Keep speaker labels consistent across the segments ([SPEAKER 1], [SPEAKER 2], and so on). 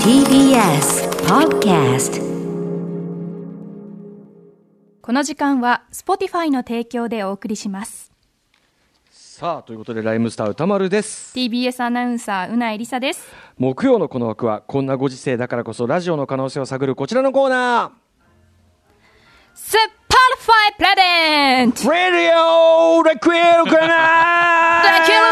[SPEAKER 1] TBS Podcast
[SPEAKER 2] この時間は Spotify の提供でお送りします
[SPEAKER 3] さあということでライムスター歌丸です
[SPEAKER 2] TBS アナウンサーうないりさです
[SPEAKER 3] 木曜のこの枠はこんなご時世だからこそラジオの可能性を探るこちらのコーナ
[SPEAKER 2] Spotify プレゼント
[SPEAKER 3] ー「レディオレクエルかな」
[SPEAKER 2] できる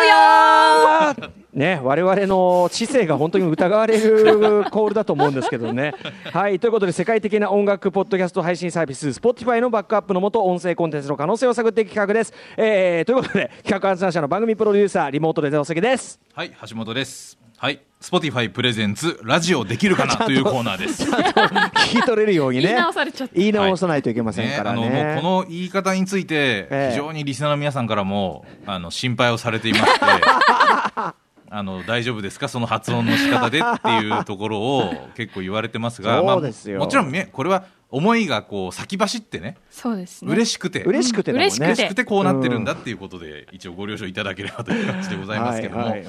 [SPEAKER 3] ね、我々の知性が本当に疑われるコールだと思うんですけどね。はい、ということで世界的な音楽ポッドキャスト配信サービス Spotify のバックアップのもと音声コンテンツの可能性を探っていく企画です。えーということで企画発案者の番組プロデューサーリモートでお席です。
[SPEAKER 4] はい、橋本です。はい、Spotify プレゼンツラジオできるか なというコーナーです。
[SPEAKER 3] 聞き取れるようにね。
[SPEAKER 2] 言い直されちゃった
[SPEAKER 3] 言い直さないといけませんから
[SPEAKER 4] あの
[SPEAKER 3] ね。
[SPEAKER 4] もうこの言い方について、
[SPEAKER 3] ええ
[SPEAKER 4] 非常にリスナーの皆さんからもあの心配をされて いましてあの大丈夫ですかその発音の仕方でっていうところを結構言われてますが
[SPEAKER 3] そうですよ
[SPEAKER 4] まあ、もちろんねこれは思いがこう先走ってね
[SPEAKER 2] そうですね
[SPEAKER 4] 嬉しくて
[SPEAKER 3] 嬉しくてだもんね。
[SPEAKER 2] 嬉しく
[SPEAKER 4] 嬉しくてこうなってるんだっていうことで、一応ご了承いただければという感じでございますけども。
[SPEAKER 3] は
[SPEAKER 4] はいい、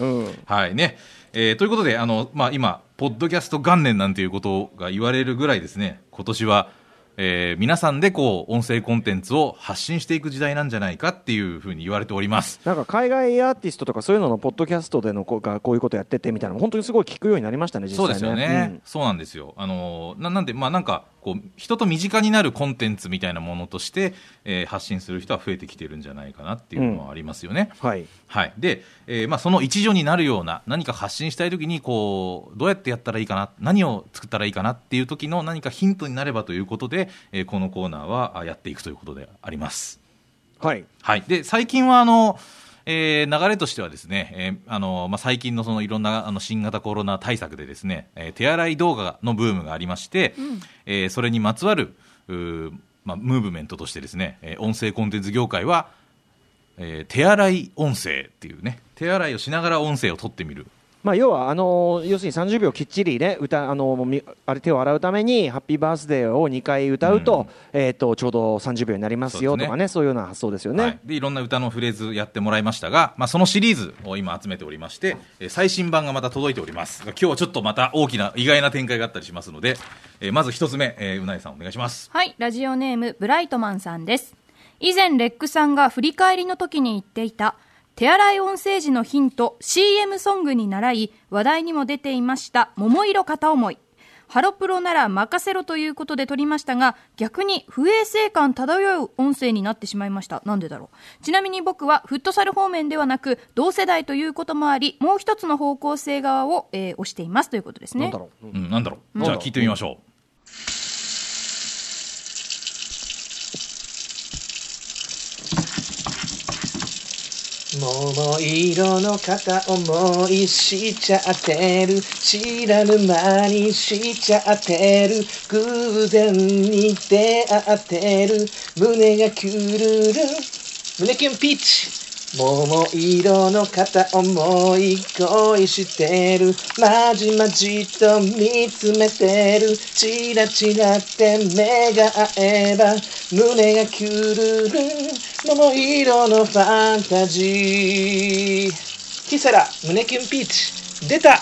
[SPEAKER 3] はいうん
[SPEAKER 4] ねえーということであの、まあ、今、ポッドキャスト元年なんていうことが言われるぐらいですね、今年は、えー皆さんでこう音声コンテンツを発信していく時代なんじゃないかっていうふうに言われております。
[SPEAKER 3] なんか海外アーティストとかそういうののポッドキャストでのこがこういうことやっててみたいなの本当にすごい聞くようになりましたね実際
[SPEAKER 4] そう
[SPEAKER 3] ね
[SPEAKER 4] ですよね、そうなんですよ、あのななんで、まあ、なんかこう、人と身近になるコンテンツみたいなものとして、えー発信する人は増えてきてるんじゃないかなっていうのはありますよね。
[SPEAKER 3] うんはい
[SPEAKER 4] はいでえーまあ、その一助になるような何か発信したい時にこうどうやってやったらいいかな何を作ったらいいかなっていう時の何かヒントになればということで、えーこのコーナーはあやっていくということであります。
[SPEAKER 3] はい
[SPEAKER 4] はい、で最近はあのえー流れとしてはですね、えーあのまあ、最近のそのいろんなあの新型コロナ対策でですね、えー手洗い動画のブームがありまして、えーそれにまつわるうーまあ、ムーブメントとしてですね、えー音声コンテンツ業界は、えー手洗い音声っていうね手洗いをしながら音声を取ってみる
[SPEAKER 3] まあ要はあのー要するに30秒きっちりね歌あのーみあれ手を洗うためにハッピーバースデーを2回歌うと、えっ、とちょうど30秒になりますよとかねそういうような発想ですよね。
[SPEAKER 4] はい、でいろんな歌のフレーズやってもらいましたが、まあ、そのシリーズを今集めておりまして、えー最新版がまた届いておりますが今日はちょっとまた大きな意外な展開があったりしますので、えーまず一つ目、えーうなえさんお願いします
[SPEAKER 2] はいラジオネームブライトマンさんです以前レックさんが振り返りの時に言っていた手洗い音声時のヒント CM ソングに習い話題にも出ていました桃色片思いハロプロなら任せろということで取りましたが逆に不衛生感漂う音声になってしまいましたなんでだろうちなみに僕はフットサル方面ではなく同世代ということもありもう一つの方向性側を、えー推していますということです
[SPEAKER 3] なん
[SPEAKER 2] ね
[SPEAKER 3] だろう、
[SPEAKER 4] うん、なんだろうじゃあ聞いてみましょ
[SPEAKER 5] 桃色の片思いしちゃってる知らぬ間にしちゃってる偶然に出会ってる胸がキュルル胸キュンピッチ桃色の片思い恋してるまじまじと見つめてるチラチラって目が合えば胸がキュルル桃色のファンタジーティサラ胸キュンピーチ出た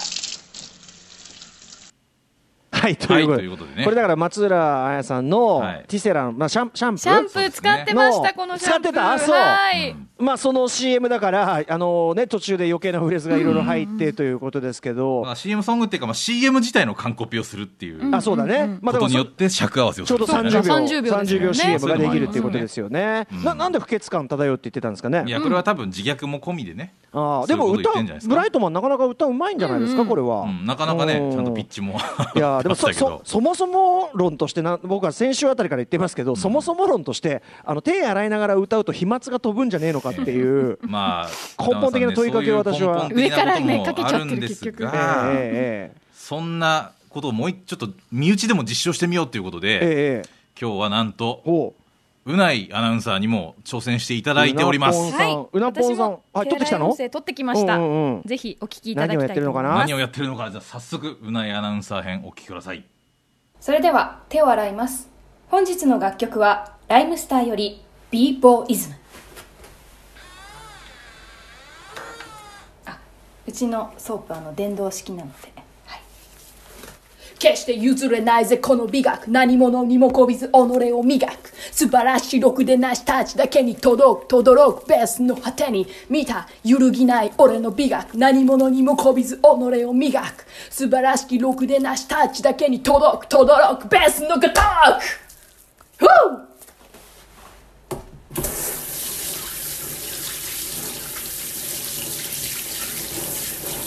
[SPEAKER 3] はいということ
[SPEAKER 4] と
[SPEAKER 3] で,、
[SPEAKER 4] いうことでね
[SPEAKER 3] れだから松浦綾さんの、
[SPEAKER 4] はい
[SPEAKER 3] ティセラの、まあ、シャンシャンプー
[SPEAKER 2] シャンプー使ってました、
[SPEAKER 3] の
[SPEAKER 2] このシャンプー
[SPEAKER 3] 使ってたあそう
[SPEAKER 2] はい、
[SPEAKER 3] まあその CM だからあのーね途中で余計なフレーズがいろいろ入ってということですけど、
[SPEAKER 4] う、まあ、CM ソングっていうか、まあ、CM 自体の完コピをするっていう
[SPEAKER 3] あそうだね、まあ
[SPEAKER 4] こ
[SPEAKER 3] で
[SPEAKER 4] と
[SPEAKER 3] も
[SPEAKER 4] によ
[SPEAKER 3] そ
[SPEAKER 4] って尺合わせを
[SPEAKER 3] ち
[SPEAKER 4] す
[SPEAKER 3] ょう
[SPEAKER 4] る
[SPEAKER 3] ど
[SPEAKER 4] みたいなね
[SPEAKER 3] 30秒
[SPEAKER 2] 30秒ですよね
[SPEAKER 3] CM ができるっていう
[SPEAKER 4] そういうのもありますよね
[SPEAKER 3] ことですよね、ななんで不潔感漂うって言ってたんですかね
[SPEAKER 4] いやこれは多分自虐も込みでね、
[SPEAKER 3] ああ
[SPEAKER 4] そ
[SPEAKER 3] で
[SPEAKER 4] ういう
[SPEAKER 3] も
[SPEAKER 4] こと
[SPEAKER 3] 歌
[SPEAKER 4] 言ってんじゃないですか
[SPEAKER 3] ブライトマンなかなか歌うまいんじゃないですか、これは、
[SPEAKER 4] うん、なかなかね
[SPEAKER 3] う
[SPEAKER 4] ちゃんとピッチも
[SPEAKER 3] いやでも
[SPEAKER 4] 立っ
[SPEAKER 3] そ
[SPEAKER 4] てたけど
[SPEAKER 3] そそもそも論としてな僕は先週あたりから言ってますけど、そもそも論としてあの手洗いながら歌うと飛沫が飛ぶんじゃねえのかっていう、
[SPEAKER 4] まあ
[SPEAKER 3] 根本的な問いかけを私は
[SPEAKER 4] そういう根本的
[SPEAKER 2] 上
[SPEAKER 4] なことも
[SPEAKER 2] からねかけちゃってる
[SPEAKER 4] あんです
[SPEAKER 2] 結局
[SPEAKER 3] ええ
[SPEAKER 4] が
[SPEAKER 3] え
[SPEAKER 4] そんなことをもう一ちょっと身内でも実証してみようということ
[SPEAKER 3] えええ
[SPEAKER 4] で、
[SPEAKER 3] ええ
[SPEAKER 4] 今日はなんと、
[SPEAKER 3] ほう
[SPEAKER 4] うないアナウンサーにも挑戦していただいておりま
[SPEAKER 3] うな
[SPEAKER 4] す。
[SPEAKER 3] ぽんさんうなぽんさん
[SPEAKER 2] 私も
[SPEAKER 3] はい撮ってきた
[SPEAKER 2] 手洗
[SPEAKER 3] の
[SPEAKER 2] い音声撮ってきました、
[SPEAKER 3] うんうんうん
[SPEAKER 2] ぜひお聞きいただきたいと思い
[SPEAKER 3] 何
[SPEAKER 2] ま
[SPEAKER 3] をや
[SPEAKER 2] す
[SPEAKER 4] 何をやってるのか、じゃあ早速、うないアナウンサー編お聞きください。
[SPEAKER 2] それでは手を洗います本日の楽曲はライムスターより b ボーイズムあうちのソープあの電動式なのではい
[SPEAKER 1] 決して譲れないぜこの美学何者にもこびず己を磨く素晴らしいろくでなしたちだけに届く轟くベースの果てに見た揺るぎない俺の美学何者にもこびず己を磨く素晴らしいろくでなしたちだけに届く轟くベースのごとくふう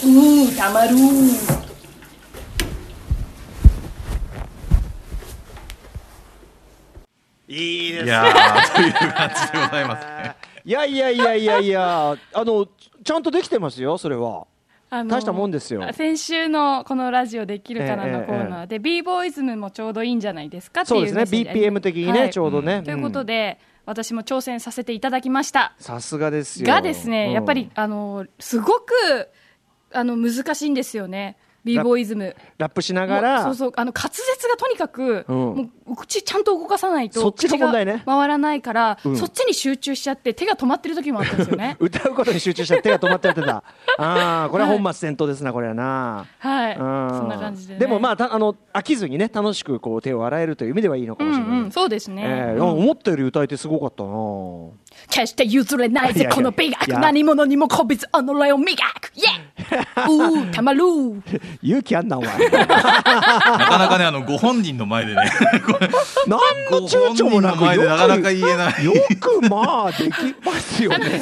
[SPEAKER 1] うーたまるー
[SPEAKER 3] いいで
[SPEAKER 4] いやー、という感じでございますね。
[SPEAKER 3] いやいやいやいやいや、あの、ちちゃんとできてますよ、それは。
[SPEAKER 6] あの
[SPEAKER 3] 大したもんですよ
[SPEAKER 6] 先週のこのラジオできるかなのコーナーで、b ボーイズムもちょうどいいんじゃないですかってい
[SPEAKER 3] そううですね、
[SPEAKER 6] メッセージあり
[SPEAKER 3] BPM
[SPEAKER 6] ま
[SPEAKER 3] 的にね、
[SPEAKER 6] はい
[SPEAKER 3] ちょうどね。
[SPEAKER 6] ということ
[SPEAKER 3] ん
[SPEAKER 6] で、私も挑戦させていただきました
[SPEAKER 3] さすがですよ。
[SPEAKER 6] がですね、
[SPEAKER 3] うん
[SPEAKER 6] やっぱりあのすごくあの難しいんですよね b ボーイズム
[SPEAKER 3] ラップしながら、
[SPEAKER 6] もうそうそうあの滑舌がとにかく、
[SPEAKER 3] うん
[SPEAKER 6] もう口ちゃんと動かさないと
[SPEAKER 3] そっちが
[SPEAKER 6] 口が
[SPEAKER 3] 問題ね
[SPEAKER 6] 回らないから、
[SPEAKER 3] うん。
[SPEAKER 6] そっちに集中しちゃって手が止まってる時もあったんですよね
[SPEAKER 3] 歌うことに集中して手が止まってやって た。ああ、これは本末転倒ですな、これはな。
[SPEAKER 6] は
[SPEAKER 3] う
[SPEAKER 6] い、
[SPEAKER 3] ん
[SPEAKER 6] そんな感じで、ね、
[SPEAKER 3] もまあたあの飽きずにね楽しくこう手を洗えるという意味ではいいのか
[SPEAKER 6] う
[SPEAKER 3] もしれない、
[SPEAKER 6] んうん、そうですね、
[SPEAKER 3] ええ
[SPEAKER 6] うん
[SPEAKER 3] 思ったより歌えてすごかったな ぁ
[SPEAKER 1] 決して譲れない
[SPEAKER 3] いやい
[SPEAKER 1] ぜ
[SPEAKER 3] や
[SPEAKER 1] この美
[SPEAKER 3] い
[SPEAKER 1] 学
[SPEAKER 3] や
[SPEAKER 1] 何者にもこびず己を磨くイェイうーたまるー
[SPEAKER 3] 勇気あんなお 前
[SPEAKER 4] なかなかね、あの、ご本人の前でね、これ
[SPEAKER 3] 何の
[SPEAKER 4] ご
[SPEAKER 3] 躊
[SPEAKER 4] 本
[SPEAKER 3] 躇も
[SPEAKER 4] 人
[SPEAKER 3] な
[SPEAKER 4] の
[SPEAKER 3] く
[SPEAKER 4] 前で
[SPEAKER 3] よく
[SPEAKER 4] なかなか言えない。
[SPEAKER 3] よくまあできます よね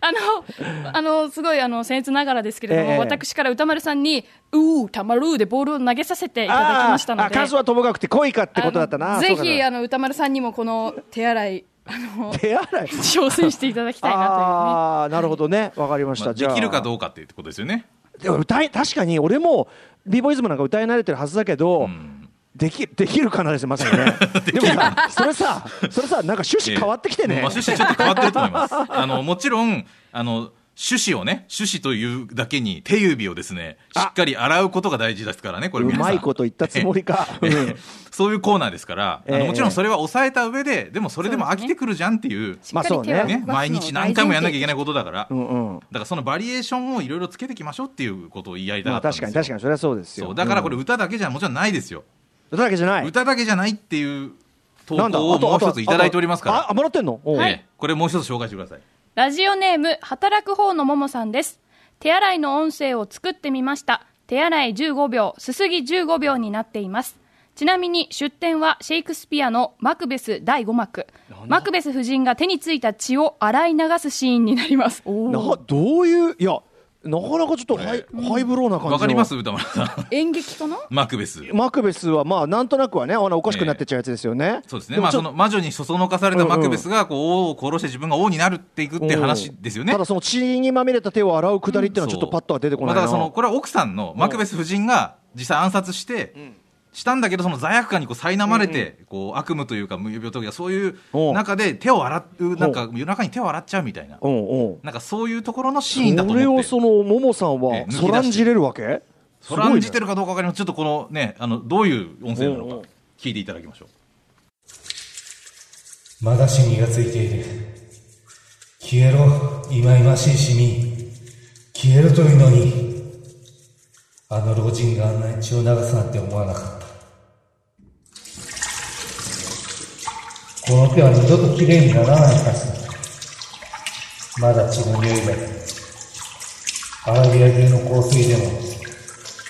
[SPEAKER 6] あの、あの、すごい、あの、僭越ながらですけれども、
[SPEAKER 3] ええ
[SPEAKER 6] 私から歌丸さんに、うー、たまるーでボールを投げさせていただきましたの
[SPEAKER 3] あーあ
[SPEAKER 6] で、
[SPEAKER 3] 感想はともかくて恋かってことだったな
[SPEAKER 6] あのぜひ、
[SPEAKER 3] あ
[SPEAKER 6] あの、歌丸さんにもこの手洗い、あの、
[SPEAKER 3] 手洗い
[SPEAKER 6] 挑戦していただきたいなというね。
[SPEAKER 3] ああーなるほどねわかりまし
[SPEAKER 4] まあ
[SPEAKER 3] たじ
[SPEAKER 4] で
[SPEAKER 3] ゃあ
[SPEAKER 4] きるかどうかっていうことですよね。
[SPEAKER 3] でも歌い確かに俺もビーボイズムなんか歌い慣れてるはずだけど、
[SPEAKER 4] うん
[SPEAKER 3] できできるかなですよまさにねでもさそれさそれさなんか趣旨変わってきて
[SPEAKER 4] ええ
[SPEAKER 3] ね
[SPEAKER 4] まあ、趣旨ちょっと変わってると思います。あの、もちろん、あの、趣旨をね、趣旨というだけに手指をですね、しっかり洗うことが大事ですからね、これ
[SPEAKER 3] う
[SPEAKER 4] 皆さん。
[SPEAKER 3] まいこと言ったつもりか、
[SPEAKER 4] ええ
[SPEAKER 3] うん
[SPEAKER 4] そういうコーナーですから、あ
[SPEAKER 3] え
[SPEAKER 4] の
[SPEAKER 3] え
[SPEAKER 4] もちろんそれは抑えた上で、でもそれでも飽きてくるじゃんっていう、
[SPEAKER 6] し
[SPEAKER 3] ま
[SPEAKER 6] っ
[SPEAKER 3] あ
[SPEAKER 6] か
[SPEAKER 3] そう
[SPEAKER 6] り
[SPEAKER 3] ね
[SPEAKER 6] 手を動かす
[SPEAKER 4] ね、
[SPEAKER 6] のが
[SPEAKER 4] 毎日何回もやんなきゃいけないことだから、
[SPEAKER 3] うんうん
[SPEAKER 4] だからそのバリエーションをいろいろつけていきましょうっていうことを言い合いた
[SPEAKER 3] ま
[SPEAKER 4] か
[SPEAKER 3] あ
[SPEAKER 4] ったんです
[SPEAKER 3] 確か
[SPEAKER 4] よ、
[SPEAKER 3] に確かにそれはそうですよ
[SPEAKER 4] そうだからこれ
[SPEAKER 3] うん
[SPEAKER 4] 歌だけじゃもちろんないですよ、
[SPEAKER 3] 歌だけじゃない
[SPEAKER 4] 歌だけじゃないっていう投
[SPEAKER 3] なんだ
[SPEAKER 4] 稿を
[SPEAKER 3] あと
[SPEAKER 4] もう
[SPEAKER 3] あと
[SPEAKER 4] 一ついただいておりますから、
[SPEAKER 3] ああもらってんのおう
[SPEAKER 4] ええこれもう一つ紹介してください
[SPEAKER 6] ラジオネーム、働く方のももさんです。手洗いの音声を作ってみました。手洗い15秒、すすぎ15秒になっています。ちなみに出典はシェイクスピアのマクベス第5幕。マクベス夫人が手についた血を洗い流すシーンになります。
[SPEAKER 3] などういういやなかなかちょっとハイ,、ハイブローな感じの
[SPEAKER 4] わかります歌丸さん
[SPEAKER 6] 演劇かな
[SPEAKER 4] マクベス
[SPEAKER 3] マクベスはまあなんとなくはねあのおかしくなってっちゃうやつですよね、
[SPEAKER 4] そうですね
[SPEAKER 3] も
[SPEAKER 4] まあ
[SPEAKER 3] ちょ
[SPEAKER 4] その魔女にそそのかされたマクベスがこう王を殺して自分が王になるっていくっていう話ですよね
[SPEAKER 3] ただその血にまみれた手を洗うくだりっていうのはちょっ
[SPEAKER 4] そう
[SPEAKER 3] とパッとは出てこない
[SPEAKER 4] ま
[SPEAKER 3] な、
[SPEAKER 4] あだからそのこれは奥さんのマクベス夫人が実際暗殺して、したんだけどその罪悪感にこう苛まれて、こう悪夢というか無病というかそういう
[SPEAKER 3] おう
[SPEAKER 4] 中で手を洗うなんか夜中に手を洗っちゃうみたいな、
[SPEAKER 3] うんうん
[SPEAKER 4] なんかそういうところのシーンだと
[SPEAKER 3] それ
[SPEAKER 4] 思
[SPEAKER 3] を
[SPEAKER 4] って
[SPEAKER 3] そのももさん
[SPEAKER 4] ええ抜
[SPEAKER 3] は
[SPEAKER 4] き出し
[SPEAKER 3] そらんじ
[SPEAKER 4] て
[SPEAKER 3] れるわけす
[SPEAKER 4] そ
[SPEAKER 3] ごいね
[SPEAKER 4] らんじてるかどうかわかりませんちょっとこのねあのどういう音声な
[SPEAKER 3] おうお
[SPEAKER 4] の
[SPEAKER 3] う
[SPEAKER 4] か聞いていただきましょう
[SPEAKER 7] まだシミがついている。消えろ、忌々しいシミ。消えるというのに。あの老人があんなに血を流すなんて思わなかった。この手は二度と綺麗にならないはず。まだ血の匂いが。アラビア牛の香水でも、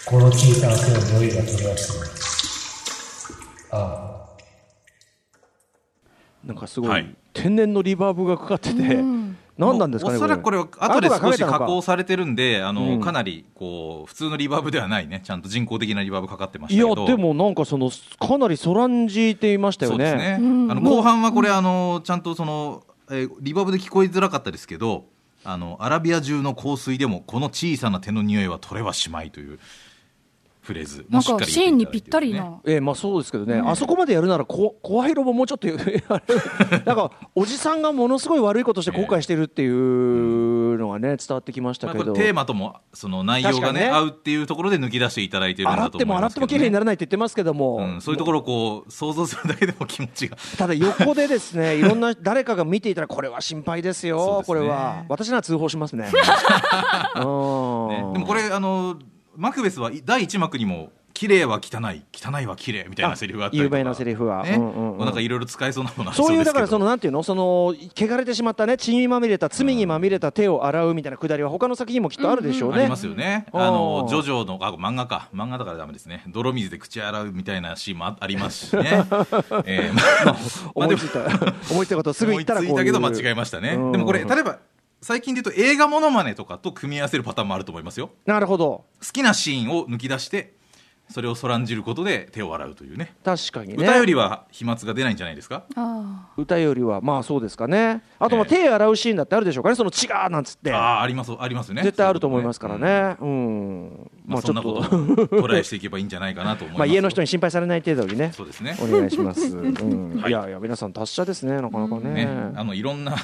[SPEAKER 7] この小さな手の匂いが取り出する。ああ。
[SPEAKER 3] なんかすごい、
[SPEAKER 4] はい
[SPEAKER 3] 天然のリバーブがかかってて、何なんですかね
[SPEAKER 4] おそらくこれは後で
[SPEAKER 3] 後がか
[SPEAKER 4] 少
[SPEAKER 3] け
[SPEAKER 4] した
[SPEAKER 3] のか
[SPEAKER 4] 加工されてるんであの、
[SPEAKER 3] うん
[SPEAKER 4] かなりこう普通のリバーブではないねちゃんと人工的なリバーブかかってまし
[SPEAKER 3] い
[SPEAKER 4] たけど
[SPEAKER 3] やでもなんかそのかなりそらんじていましたよ
[SPEAKER 4] そう
[SPEAKER 3] ね
[SPEAKER 4] ですね、あの後半はこれ、あのちゃんとその、えーリバーブで聞こえづらかったですけどあのアラビア中の香水でもこの小さな手の匂いは取れはしまいというフレーズも
[SPEAKER 6] なん
[SPEAKER 4] しっ
[SPEAKER 6] か
[SPEAKER 4] かり
[SPEAKER 6] シーンにぴったり
[SPEAKER 4] 入れていただいてるんで
[SPEAKER 6] な。
[SPEAKER 3] ええまあそうですけどね、あそこまでやるならこ怖いロボもうちょっとあれ なんかおじさんがものすごい悪いことして後悔してるっていうのがね伝わってきまし
[SPEAKER 4] すね、ま
[SPEAKER 3] た
[SPEAKER 4] あ、
[SPEAKER 3] け
[SPEAKER 4] これ
[SPEAKER 3] ど、
[SPEAKER 4] テーマともその内容が
[SPEAKER 3] 確か
[SPEAKER 4] ね
[SPEAKER 3] にね
[SPEAKER 4] 合うっていうところで抜き出していただいてるん
[SPEAKER 3] 洗
[SPEAKER 4] だ
[SPEAKER 3] っ
[SPEAKER 4] と
[SPEAKER 3] て
[SPEAKER 4] 思
[SPEAKER 3] も
[SPEAKER 4] い
[SPEAKER 3] 洗
[SPEAKER 4] ま
[SPEAKER 3] っ
[SPEAKER 4] す
[SPEAKER 3] て
[SPEAKER 4] け
[SPEAKER 3] も
[SPEAKER 4] ど、ね、
[SPEAKER 3] 綺麗にならないって言ってますけども、
[SPEAKER 4] うん、そういうところをこう想像するだけでも気持ちが
[SPEAKER 3] ただ横でです ねいろんな誰かが見ていたらこれは心配ですよ
[SPEAKER 4] そうです
[SPEAKER 3] こ
[SPEAKER 4] ね
[SPEAKER 3] れは私なら通報します ねうん
[SPEAKER 4] ね、でもこれあのマクベスはい第1幕にも綺麗は汚い汚いは綺麗みたいなセリフがあったり
[SPEAKER 3] 有
[SPEAKER 4] とか
[SPEAKER 3] 名なセリフは、
[SPEAKER 4] ね
[SPEAKER 3] うんうんうん
[SPEAKER 4] もうなんかいろいろ使えそうなものあり
[SPEAKER 3] そう
[SPEAKER 4] う
[SPEAKER 3] い
[SPEAKER 4] で
[SPEAKER 3] う
[SPEAKER 4] す
[SPEAKER 3] だ
[SPEAKER 4] け
[SPEAKER 3] か
[SPEAKER 4] ど
[SPEAKER 3] らそのなんていうのその汚れてしまったね血にまみれた罪にまみれた手を洗うみたいなくだりは他の作品もきっとあるでしょうね。
[SPEAKER 4] ありますよね。あ
[SPEAKER 3] う
[SPEAKER 4] の
[SPEAKER 3] ん
[SPEAKER 4] ジョジョのあ漫画か漫画だからダメですね。泥水で口洗うみたいなシーンもああります しね。えーまあまあ
[SPEAKER 3] 思
[SPEAKER 4] で
[SPEAKER 3] い
[SPEAKER 4] も
[SPEAKER 3] ついた思いついたことをすぐ言ったらこういう
[SPEAKER 4] 思いついたけど間違えましたね。で
[SPEAKER 3] うん
[SPEAKER 4] もこれ例えば最近で言うと映画モノマネとかと組み合わせるパターンもあると思いますよ。
[SPEAKER 3] なるほど
[SPEAKER 4] 好きなシーンを抜き出してそれをそらんじることで手を洗うというね。
[SPEAKER 3] 確かにね
[SPEAKER 4] 歌よりは飛沫が出ないんじゃないですか。
[SPEAKER 6] あ
[SPEAKER 3] 歌よりはまあそうですかねあとまあ
[SPEAKER 4] ええ
[SPEAKER 3] 手洗うシーンだってあるでしょうかねその血がーなんつって
[SPEAKER 4] ああーありますありますよね。
[SPEAKER 3] 絶対あると思いますから
[SPEAKER 4] そううこと
[SPEAKER 3] ねうん
[SPEAKER 4] うんまあ、そんなことをトライしていけばいいんじゃないかなと思いま す。
[SPEAKER 3] まあ家の人に心配されない程度にね
[SPEAKER 4] そうですね。
[SPEAKER 3] お願いします、うん
[SPEAKER 4] はい
[SPEAKER 3] い、やいや皆さん達者ですねなかなかね,、
[SPEAKER 4] ね、あのいろんな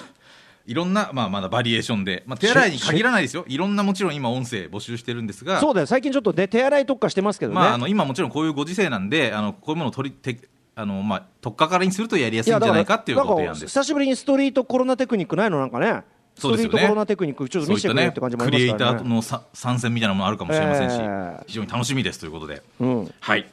[SPEAKER 4] いろんな、まあ、まだバリエーションで、まあ、手洗いに限らないですよいろんなもちろん今音声募集してるんですが
[SPEAKER 3] そうだよ最近ちょっとね手洗い特化してますけどね、
[SPEAKER 4] まあ、あの今もちろんこういうご時世なんであのこういうものを取りてあの、まあ、取っかかりにするとやりやすいんじゃないかっていうこと
[SPEAKER 3] な
[SPEAKER 4] や
[SPEAKER 3] んか
[SPEAKER 4] んです
[SPEAKER 3] 久しぶりにストリートコロナテクニックないのなんかねス
[SPEAKER 4] そう
[SPEAKER 3] ト
[SPEAKER 4] です
[SPEAKER 3] リー
[SPEAKER 4] よね
[SPEAKER 3] トコロナテクニックちょっと
[SPEAKER 4] そ
[SPEAKER 3] 見
[SPEAKER 4] ういっ
[SPEAKER 3] せて
[SPEAKER 4] た
[SPEAKER 3] くれよ
[SPEAKER 4] ね
[SPEAKER 3] って感じもあ
[SPEAKER 4] クリエ
[SPEAKER 3] り
[SPEAKER 4] イ
[SPEAKER 3] ます
[SPEAKER 4] タ
[SPEAKER 3] から
[SPEAKER 4] ー
[SPEAKER 3] ね
[SPEAKER 4] のさ参戦みたいなのもあるかもしれませんし、
[SPEAKER 3] ええ
[SPEAKER 4] 非常に楽しみですということで、
[SPEAKER 3] うん、よ
[SPEAKER 4] はい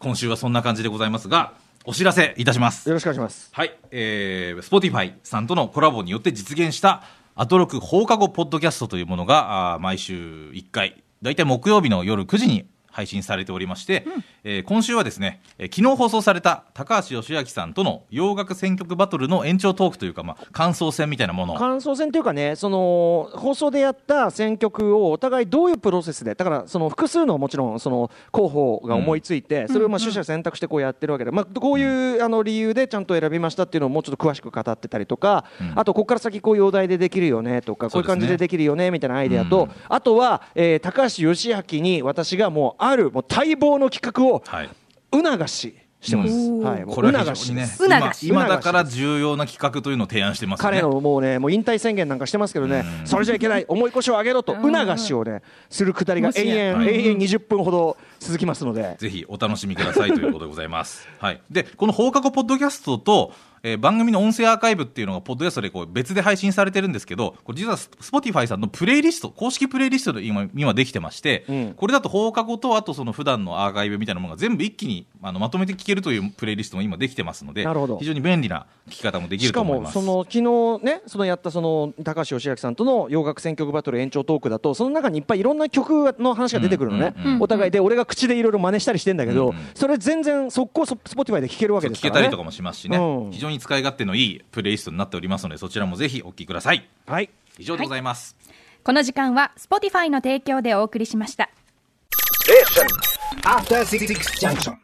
[SPEAKER 4] 今週はそんな感じでございますがお知らせいたします
[SPEAKER 3] ろしくお願いします
[SPEAKER 4] はい、えー、Spotify さんとのコラボによって実現したアトロク放課後ポッドキャストというものがあー毎週1回大体木曜日の夜9時に配信されておりまして、えー今週はですね、えー昨日放送された高橋義明さんとの洋楽選曲バトルの延長トークというか、まあ、感想戦みたいなものを
[SPEAKER 3] 感想戦というかねその放送でやった選曲をお互いどういうプロセスでだからその複数のもちろんその候補が思いついて、それをまあ取捨選択してこうやってるわけで、まあ、こういうあの理由でちゃんと選びましたっていうのをもうちょっと詳しく語ってたりとか、
[SPEAKER 4] うん
[SPEAKER 3] あとここから先こういうお題でできるよねとかこ
[SPEAKER 4] そう
[SPEAKER 3] い
[SPEAKER 4] う
[SPEAKER 3] う
[SPEAKER 4] です
[SPEAKER 3] 感
[SPEAKER 4] ね
[SPEAKER 3] じでできるよねみたいなアイデアと、
[SPEAKER 4] うん
[SPEAKER 3] あとは、えー高橋義明に私がもうあるもう待望の企画を
[SPEAKER 4] はい、
[SPEAKER 3] 促ししてます。
[SPEAKER 4] う
[SPEAKER 3] はい、も
[SPEAKER 4] こ
[SPEAKER 3] う
[SPEAKER 4] れは非
[SPEAKER 3] 促
[SPEAKER 4] 常
[SPEAKER 3] し
[SPEAKER 4] に
[SPEAKER 3] で
[SPEAKER 4] ね
[SPEAKER 3] す。
[SPEAKER 2] 促
[SPEAKER 4] 今
[SPEAKER 2] し
[SPEAKER 4] 今だから重要な企画というのを提案してますよね
[SPEAKER 3] 彼のもうねもう引退宣言なんかしてますけどね、
[SPEAKER 4] うん
[SPEAKER 3] それじゃいけない重い腰を上げろと促しをねするくだりが延々
[SPEAKER 4] 面白い
[SPEAKER 3] 延々20分ほど続きますので。
[SPEAKER 4] ぜひお楽しみくださいということでございます。 はい、でこの放課後ポッドキャストと、えー番組の音声アーカイブっていうのがポッドキャストでこう別で配信されてるんですけどこれ実はス Spotify さんのプレイリスト公式プレイリストで今今できてまして、
[SPEAKER 3] うん
[SPEAKER 4] これだと放課後とあとその普段のアーカイブみたいなものが全部一気にあのまとめて聞けるというプレイリストも今できてますので
[SPEAKER 3] なるほど
[SPEAKER 4] 非常に便利な聞き方もでき
[SPEAKER 3] し
[SPEAKER 4] ると
[SPEAKER 3] か
[SPEAKER 4] 思い
[SPEAKER 3] も
[SPEAKER 4] ます。
[SPEAKER 3] その昨日ねそのやったその高橋義明さんとの洋楽選曲バトル延長トークだとその中にいっぱいいろんな曲の話が出てくるのね、
[SPEAKER 4] うんうんうん
[SPEAKER 3] お互いで俺が口でいろいろ真似したりしてんだけど、
[SPEAKER 4] うんうん
[SPEAKER 3] それ全然速攻そ Spotify で聴けるわけです
[SPEAKER 4] 聞
[SPEAKER 3] か
[SPEAKER 4] けた
[SPEAKER 3] ら
[SPEAKER 4] り
[SPEAKER 3] ね
[SPEAKER 4] とかもしますしね、
[SPEAKER 3] うん
[SPEAKER 4] 非常に使い勝手のいいプレイリストになっておりますのでそちらもぜひお聞きください
[SPEAKER 3] はい
[SPEAKER 4] 以上でございます、
[SPEAKER 2] この時間は Spotify の提供でお送りしました
[SPEAKER 5] After Six Junction.